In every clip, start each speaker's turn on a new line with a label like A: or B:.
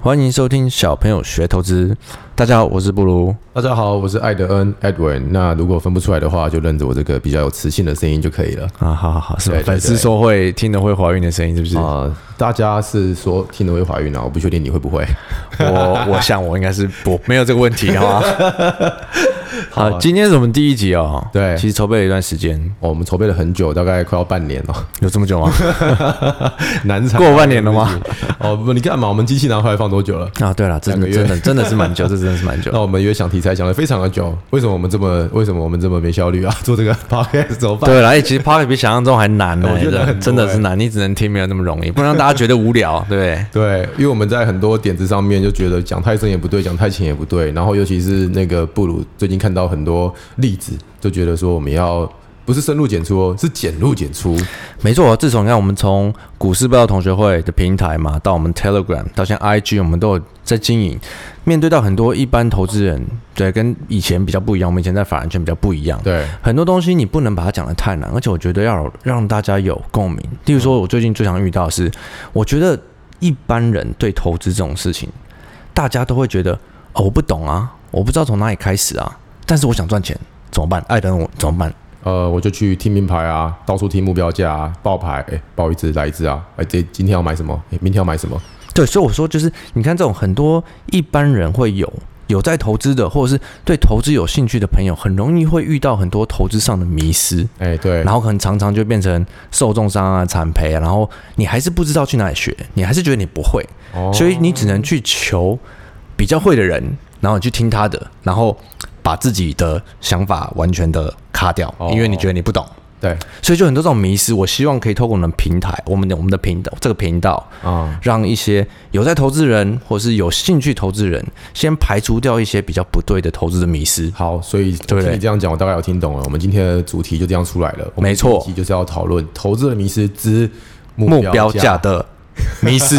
A: 欢迎收听小朋友学投资。大家好，我是布鲁。
B: 大家好，我是艾德恩 Edwin。那如果分不出来的话，就认着我这个比较有磁性的声音就可以了。
A: 啊，好好好，是吧
B: 对对对
A: 粉丝说会听了会怀孕的声音，是不是？
B: 啊、大家是说听了会怀孕啊？我不确定你会不 会。
A: 我我想我应该是不没有这个问题， 好吗？好，啊今天是我们第一集哦。
B: 对
A: 其实筹备了一段时间，
B: 哦我们筹备了很久，大概快要半年了，
A: 有这么 久吗？
B: 难产
A: 过半年了吗？
B: 哦不，你干嘛？我们机器拿回来放多 久了？
A: 啊，对了，真的
B: 两个
A: 真
B: 月
A: 的真的是蛮 久，这真的是蛮久
B: 那。我们也想题材想了非常的久，为什么我们这么为什么我们这么没效率啊？做这个 podcast 怎么办？
A: 对了，哎，其实 p o d 比想象中还难呢，
B: 我觉得很多
A: 真的是难，你只能听没有那么容易，不然让大家觉得无聊，对不对？
B: 对，因为我们在很多点子上面就觉得讲太深也不对，讲太浅也不对。然后尤其是那个布鲁最近看到很多例子，就觉得说我们要不是深入简出哦，是简入简出。
A: 没错，自从你看我们从股市报道同学会的平台嘛，到我们 Telegram，到现在 IG，我们都有在经营。面对到很多一般投资人，对，跟以前比较不一样，我们以前在法人圈比较不一样。
B: 对，
A: 很多东西你不能把它讲得太难，而且我觉得要让大家有共鸣。例如说，我最近最常遇到的是，我觉得一般人对投资这种事情，大家都会觉得哦，我不懂啊，我不知道从哪里开始啊，但是我想赚钱怎么办？艾登我怎么办？
B: 呃，我就去听名牌啊，到处听目标价啊，报牌，哎、报一只来一只啊，哎、这今天要买什么？哎、明天要买什么？
A: 对，所以我说就是，你看这种很多一般人会有有在投资的，或者是对投资有兴趣的朋友，很容易会遇到很多投资上的迷失，
B: 哎、对，
A: 然后可能常常就变成受重伤啊、惨赔啊，然后你还是不知道去哪里学，你还是觉得你不会，
B: 哦
A: 所以你只能去求比较会的人，然后你去听他的，然后把自己的想法完全的卡掉，
B: 哦
A: 因为你觉得你不懂。
B: 对
A: 所以就很多这种迷失，我希望可以透过我们的平台，我们的我们的频道这个频道，
B: 啊、
A: 让一些有在投资人或是有兴趣投资人，先排除掉一些比较不对的投资的迷失。
B: 好，所以
A: 不
B: 听
A: 对
B: 你这样讲，我大概有听懂了。我们今天的主题就这样出来了，我们
A: 没错
B: 这一集就是要讨论投资的迷失之
A: 目
B: 目
A: 标价 的迷失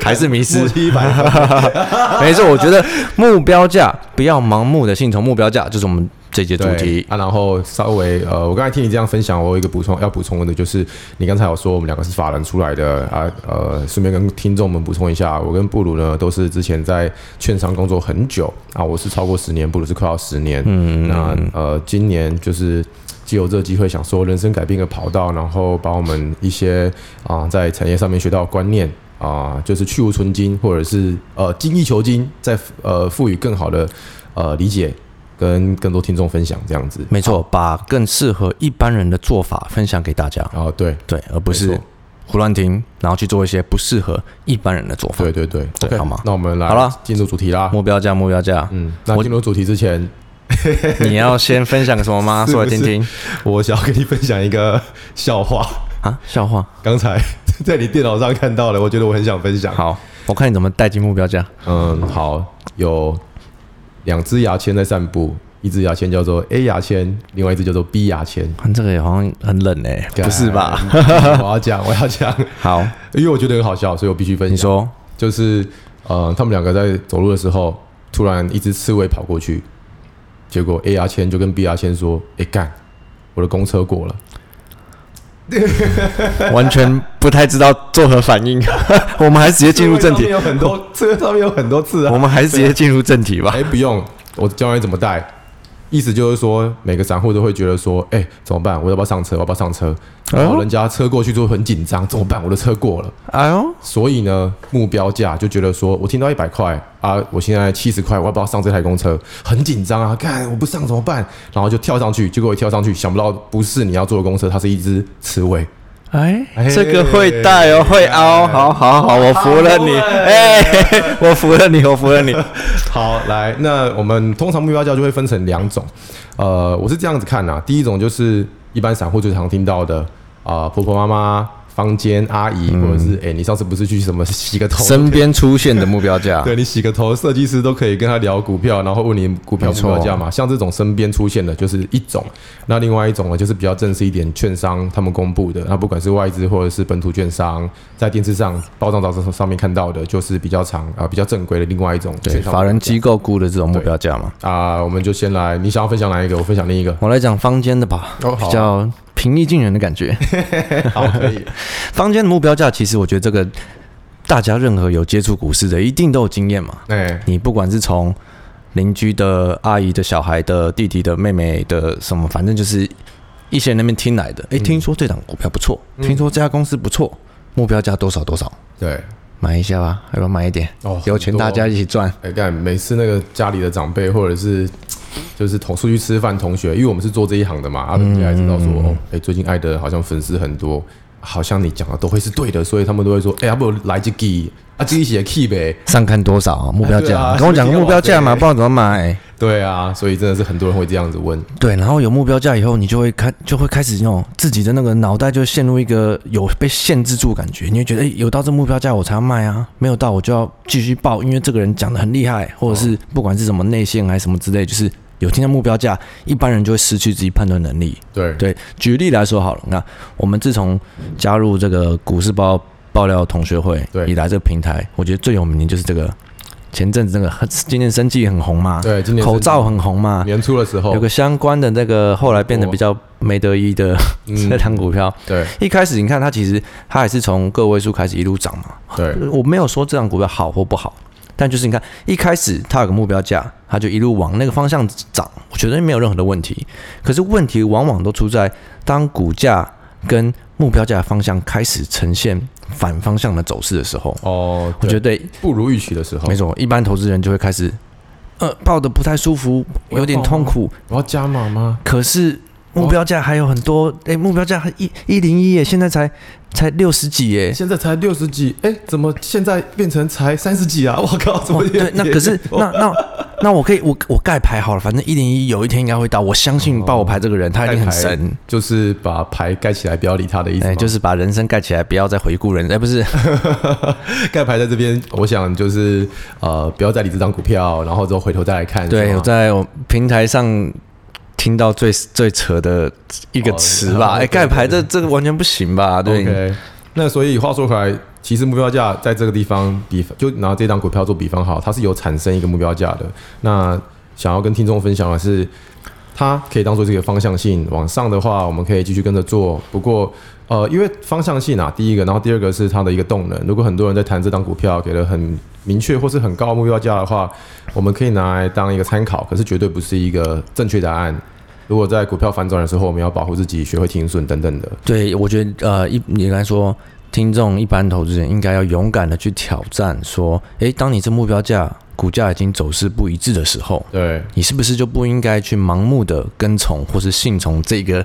A: 还是迷失
B: 目，一百分。
A: 没错，我觉得目标价不要盲目的信从目标价，就是我们这节主
B: 对
A: 题。
B: 啊，然后稍微呃，我刚才听你这样分享，我有一个补充要补充的，就是你刚才有说我们两个是法人出来的啊，呃，顺便跟听众们补充一下，我跟布鲁呢都是之前在券商工作很久啊，我是超过十年，布鲁是快要十年，嗯，那呃，今年就是。借由这个机会，想说人生改变个跑道，然后把我们一些啊、在产业上面学到的观念啊、就是去无存精，或者是呃精益求精，再呃赋予更好的呃理解，跟更多听众分享这样子。
A: 没错，把更适合一般人的做法分享给大家，
B: 啊，对
A: 对，而不
B: 没
A: 是
B: 错
A: 胡乱听，然后去做一些不适合一般人的做法
B: 对。对对
A: 对
B: OK，
A: 好吗
B: 那我们来
A: 好了
B: 进入主题啦。
A: 目标价，目标价，
B: 嗯，那
A: 我
B: 进入主题之前，
A: 你要先分享个什么 吗？
B: 是
A: 说来
B: 不
A: 听
B: 是
A: 听
B: 我想要跟你分享一个笑话，
A: 啊，笑话。
B: 刚才 在你电脑上看到了，我觉得我很想分享。
A: 好，我看你怎么带进目标价。
B: 嗯，好，有两只牙签在散步，一只牙签叫做 A 牙签，另外一只叫做 B 牙签。
A: 看这个也好像很冷哎、不是吧？
B: 干？我要讲，我要讲，
A: 好，
B: 因为我觉得很好笑，所以我必须分享。
A: 你说
B: 就是呃，他们两个在走路的时候，突然一只刺猬跑过去，结果 A R 签就跟 B R 签说：“哎、干，我的公车过了。
A: 完全不太知道作何反应，我们还是直 接”进入正
B: 刺猬上面
A: 题，
B: 有很多，这个上面有很多次
A: 我
B: 啊。
A: 们还是直接进入正题吧
B: 哎、。不用，我教你怎么带。意思就是说，每个散户都会觉得说：“哎、怎么办？我要不要上车？我要不要上车？”
A: 哦
B: 然后人家车过去之后很紧张，怎么办？我的车过了。
A: 哎呦，
B: 所以呢，目标价就觉得说，我听到一百块啊，我现在七十块，我要不要上这台公车？很紧张啊，看我不上怎么办？然后就跳上去，结果一跳上去，想不到不是你要坐的公车，它是一只刺猬。
A: 哎
B: 哎，
A: 这个会带哦，会凹，好好好，我服了你，哎，我服了你，我服了你。
B: 好，来，那我们通常目标价就会分成两种，呃，我是这样子看啊，第一种就是一般散户最常听到的啊、婆婆妈妈、房间阿姨，或者是哎、你上次不是去什么洗个头？
A: 身边出现的目标价，
B: 对你洗个头，设计师都可以跟他聊股票，然后问你股票
A: 没
B: 目
A: 错
B: 标价嘛。像这种身边出现的，就是一种；那另外一种呢，就是比较正式一点，券商他们公布的，那不管是外资或者是本土券商，在电视上、报章杂志上面看到的，就是比较长啊、比较正规的另外一种
A: 对，
B: 券商
A: 法人机构估的这种目标价嘛。
B: 啊、我们就先来，你想要分享哪一个？我分享另一个。
A: 我来讲坊间的吧，
B: 哦好
A: 比较平易近人的感觉。
B: 好，可以。
A: 坊间的目标价，其实我觉得这个大家任何有接触股市的，一定都有经验嘛。
B: 哎，
A: 你不管是从邻居的阿姨的小孩的弟弟的妹妹的什么，反正就是一些人那边听来的。诶，
B: 嗯
A: 听说这档股票不错，
B: 嗯
A: 听说这家公司不错，目标价多少多少，
B: 对，
A: 买一下吧，要不要买一点？
B: 哦
A: 有钱大家一起赚。
B: 哎，干每次那个家里的长辈或者是就是同出去吃饭同学，因为我们是做这一行的嘛，啊，人家也知道
A: 嗯
B: 说，哦，哎，最近艾德好像粉丝很多，好像你讲的都会是对的，所以他们都会说，哎，要不来这个啊，这一写 key 呗，
A: 上看多少、目标价、
B: 哎 对啊
A: 跟我讲个目标价嘛，
B: 是
A: 不然怎么买？
B: 对啊，所以真的是很多人会这样子问，
A: 对，然后有目标价以后，你就会开，就会开始那种自己的那个脑袋就陷入一个有被限制住的感觉，你会觉得，哎、有到这目标价我才要卖啊，没有到我就要继续报，因为这个人讲的很厉害，或者是不管是什么内线还是什么之类，就是有听到目标价，一般人就会失去自己判断能力。
B: 对，
A: 对，举例来说好了，那我们自从加入这个股市报爆料同学会
B: 对
A: 以来，这个平台，我觉得最有名的就是这个前阵子那个很今年生计很红嘛，
B: 对，今年
A: 口罩很红嘛，
B: 年初的时候
A: 有，个相关的那个后来变得比较没得一的
B: 嗯
A: 这档股票，
B: 对
A: 一开始你看它其实它还是从个位数开始一路涨嘛。
B: 对，
A: 我没有说这档股票好或不好，但就是你看一开始它有个目标价，它就一路往那个方向涨，我觉得没有任何的问题。可是问题往往都出在当股价跟目标价的方向开始呈现反方向的走势的时候，
B: 哦，
A: 我觉
B: 得
A: 得
B: 不如预期的时候，
A: 没错，一般投资人就会开始。呃，抱的不太舒服，
B: 我要
A: 有点
B: 抱
A: 痛
B: 吗
A: 苦，
B: 我要加码吗？
A: 可是目标价还有很多，
B: 哦
A: 哎、目标价还一一零一耶，现在才才六十几耶。
B: 现在才六十几，哎，怎么现在变成才三十几啊？ 我靠，怎么
A: 哇
B: 也
A: 哦对，那可是
B: 哦
A: 那那那我可以我我盖牌好了，反正一零一有一天应该会到，我相信帮我牌这个人他一定很
B: 哦
A: 神，
B: 就是把牌盖起来，不要理他的意思
A: 哎、
B: 吗。
A: 就是把人生盖起来，不要再回顾人，哎、不是，
B: 盖牌在这边，我想就是呃，不要再理这张股票，然后之后回头再来看。
A: 对，
B: 是
A: 我
B: 吗
A: 在我平台上。听到最最扯的一个词吧，
B: 哦
A: 哎、
B: 对
A: 盖牌
B: 对
A: 这这个完全不行吧？对
B: OK。那所以话说回来，其实目标价在这个地方比，就拿这张股票做比方好，它是有产生一个目标价的。那想要跟听众分享的是，它可以当做这个方向性往上的话，我们可以继续跟着做。不过，呃，因为方向性啊，第一个，然后第二个是它的一个动能。如果很多人在谈这档股票，给了很明确或是很高的目标价的话，我们可以拿来当一个参考，可是绝对不是一个正确答案。如果在股票反转的时候，我们要保护自己，学会停损等等的。
A: 对，我觉得呃，一你来说，听众一般投资人应该要勇敢的去挑战，说，诶，当你这目标价股价已经走势不一致的时候，
B: 对，
A: 你是不是就不应该去盲目的跟从或是信从这个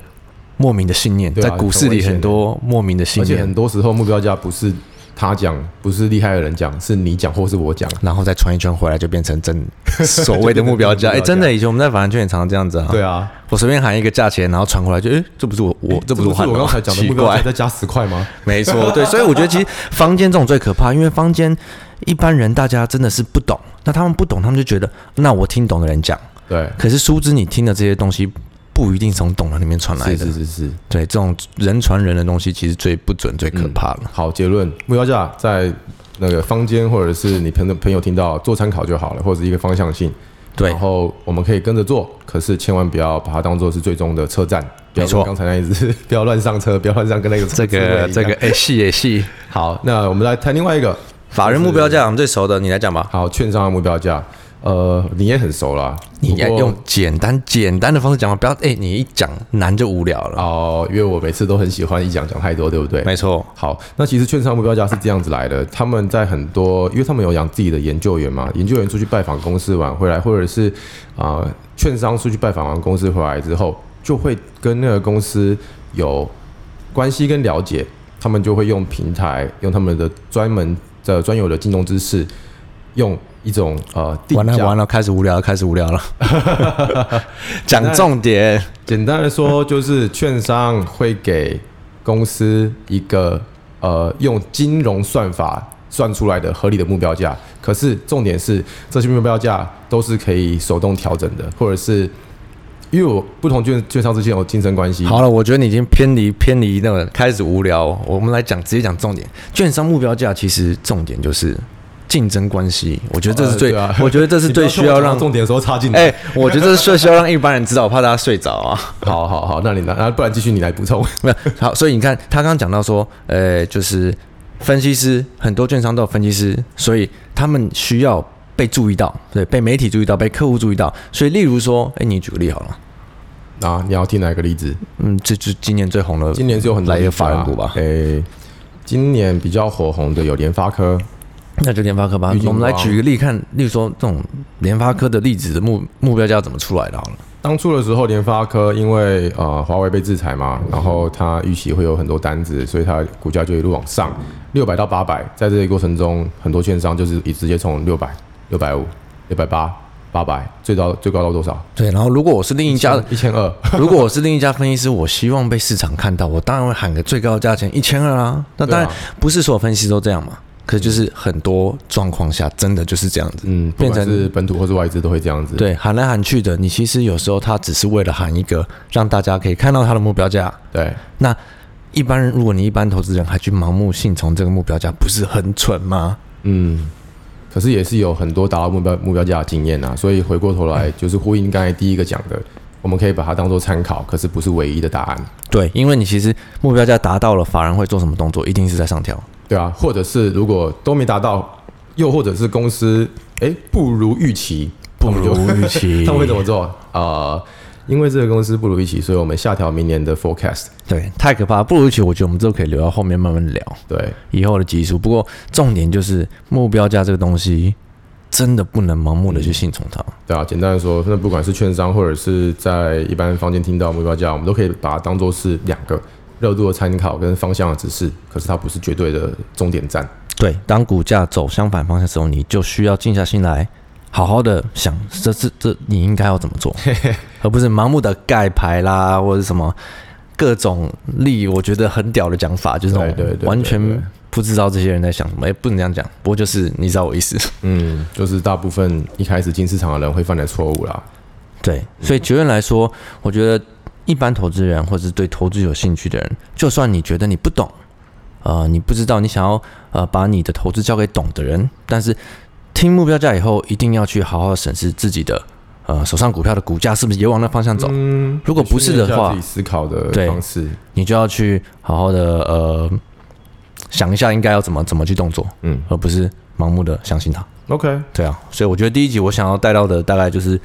A: 莫名的信念？
B: 对啊
A: 在股市里
B: 很危险
A: 很多莫名的信
B: 而且
A: 念
B: 很，多时候目标价不是他讲，不是厉害的人讲，是你讲或是我讲。
A: 然后再穿一圈回来就变成真所谓的目标价。
B: 就变成目标价
A: 诶，真的，以前我们在法兰圈也常常这样子啊。
B: 对啊，
A: 我随便喊一个价钱，然后传回来就，诶，这不是我我这不是我
B: 这
A: 喊
B: 我
A: 的
B: 刚
A: 吗，
B: 才讲的 啊
A: 奇
B: 目标
A: 怪
B: 价，再加十块 吗？
A: 没错，对，所以我觉得其实坊间这种最可怕，因为坊间一般人大家真的是不懂，那他们不懂，他们就觉得嗯那我听懂的人讲，
B: 对，
A: 可是殊不知你听的这些东西不一定从懂的里面传来
B: 是
A: 的，
B: 是是是。
A: 对，这种人传人的东西其实最不准、最可怕了。
B: 好，结论目标价在那个坊间或者是你朋友朋友听到做参考就好了，或者是一个方向性。
A: 对
B: 然，后我们可以跟着做，可是千万不要把它当做是最终的车站。不
A: 没
B: 要
A: 错
B: 跟刚才那一只 不要乱上车，不要乱上跟那个
A: 这
B: 车子
A: 个
B: 一样
A: 这个。哎，戏也戏，
B: 好，那我们来谈另外一个，
A: 法人目标价我们最熟的，你来讲吧。
B: 好，券商的目标价，呃，你也很熟啦，
A: 你
B: 不
A: 要
B: 过
A: 用简单简单的方式讲吧，不要哎，你一讲难就无聊了。
B: 哦，因为我每次都很喜欢一讲讲太多，对不对？
A: 没错，
B: 好，那其实券商目标价是这样子来的，他们在很多，因为他们有养自己的研究员嘛，研究员出去拜访公司玩回来，或者是啊、呃券商出去拜访完公司回来之后，就会跟那个公司有关系跟了解，他们就会用平台，用他们的专门的专有的金融知识，用一种呃定
A: 完了
B: 价
A: 完了，开始无聊了，开始无聊了。 讲重点，
B: 简单的说，就是券商会给公司一个呃用金融算法算出来的合理的目标价。可是重点是，这些目标价都是可以手动调整的，或者是因为我不同券券商之间有竞争关系。呃
A: 好了，我觉得你已经偏离偏离那个开始无聊。我们来讲，直接讲重点。券商目标价其实重点就是竞争关系，我觉得这是最，
B: 呃对啊
A: 我觉得这是
B: 你不
A: 最
B: 要
A: 需要
B: 趁我讲
A: 让
B: 到，重点的时候插进 来。
A: 哎、我觉得这是最需要让一般人知道，我怕大家睡着啊。
B: 好 好好，那你来，那不然继续你来补充。
A: 没有好，所以你看他刚刚讲到说，呃，就是分析师，很多券商都有分析师，所以他们需要被注意到，对，被媒体注意到，被客户注意到。所以，例如说，哎，你举个例好了，
B: 啊，你要听哪一个例子？
A: 嗯，这就今年最红的，
B: 今年是有很多
A: 来一个
B: 例子啊
A: 法人股吧
B: 诶，今年比较火红的有联发科，
A: 那就联发科吧
B: 郁。金
A: 我们来
B: 光
A: 举个例看，例如说这种联发科的例子的目目标价怎么出来的好了。
B: 当初的时候，联发科因为呃华为被制裁嘛，然后它预期会有很多单子，所以它股价就一路往上，六百到八百，在这个过程中，很多券商就是以直接从六百、六百五、六百八、八百，最高最高到多少？
A: 对，然后如果我是另一家的，
B: 一千二，
A: 如果我是另一家分析师，我希望被市场看到，我当然会喊个最高的价钱一千二啊。那当然
B: 对
A: 不是所有分析师都这样嘛，可是就是很多状况下真的就是这样子。
B: 嗯，不
A: 变成
B: 管是本土或是外资都会这样子。，
A: 对，喊来喊去的，你其实有时候他只是为了喊一个让大家可以看到他的目标价。
B: 对，
A: 那一般人，如果你一般投资人还去盲目信从这个目标价，不是很蠢吗？
B: 嗯，可是也是有很多达到目标目标价的经验啊，所以回过头来就是呼应刚才第一个讲的，我们可以把它当做参考，可是不是唯一的答案。
A: 对，因为你其实目标价达到了，法人会做什么动作，一定是在上调。
B: 对啊，或者是如果都没达到，又或者是公司哎不如预期，
A: 不如预期
B: 他们会怎么做？呃，因为这个公司不如预期，所以我们下调明年的 forecast。
A: 对，太可怕了，不如预期。我觉得我们之后可以留到后面慢慢聊
B: 对，
A: 以后的集数。不过重点就是目标价这个东西，真的不能盲目的去信从它。
B: 对啊，简单的说，那不管是券商或者是在一般房间听到目标价，我们都可以把它当做是两个热度的参考跟方向的指示，可是它不是绝对的终点站。
A: 对，当股价走相反方向的时候，你就需要静下心来，好好的想这这这你应该要怎么 做，而不是盲目的盖牌啦，或者什么各种例，我觉得很屌的讲法，就是那
B: 对对
A: 种
B: 对对
A: 完全
B: 对
A: 不知道这些人在想什么。哎、不能这样讲，不过就是你知道我意思。
B: 嗯，就是大部分一开始进市场的人会犯的错误啦。
A: 对，
B: 嗯
A: 所以结论来说，我觉得一般投资人或是对投资有兴趣的人，就算你觉得你不懂，呃，你不知道，你想要呃把你的投资交给懂的人，但是听目标价以后，一定要去好好审视自己的呃手上股票的股价是不是也往那方向走，
B: 嗯，
A: 如果不是的话
B: 自己思考的
A: 对
B: 方式，
A: 你就要去好好的呃想一下应该要怎么怎么去动作，
B: 嗯
A: 而不是盲目的相信它。
B: ，OK，
A: 对啊，所以我觉得第一集我想要带到的大概就是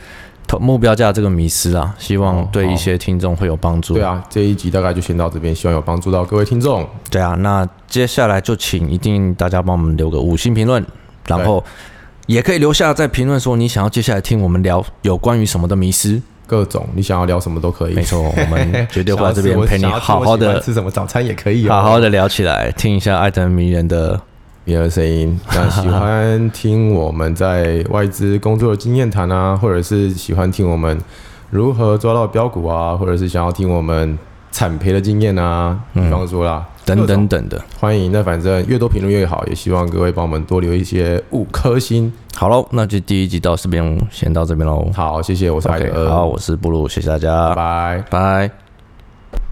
A: 投目标价这个迷失啊，希望
B: 哦
A: 对
B: 好
A: 一些听众会有帮助。
B: 对啊，这一集大概就先到这边，希望有帮助到各位听众。
A: 对啊，那接下来就请一定大家帮我们留个五星评论，然后也可以留下在评论说你想要接下来听我们聊有关于什么的迷失。
B: 各种你想要聊什么都可以，
A: 没错，我们绝对
B: 想
A: 会
B: 要
A: 在
B: 吃
A: 这
B: 我，
A: 边陪你
B: 想要吃
A: 好
B: 我
A: 好
B: 喜欢
A: 的、
B: 吃什么早餐也可以、哦，
A: 好好的聊起来，听一下艾登迷人的。
B: 你的声 音。那喜欢听我们在外资工作的经验谈啊， 或者是喜欢听我们如何抓到标股啊，或者是想要听我们产赔的经验啊，比方说啦，
A: 嗯等
B: 各种
A: 等等的，
B: 欢迎。那反正越多评论越好，也希望各位帮我们多留一些五颗星。
A: 好喽，那就第一集到这边，先到这边喽。
B: 好，谢谢，我是海
A: OK，
B: 德，
A: 好，我是布鲁，谢谢大
B: 拜
A: 家，
B: 拜。
A: 拜。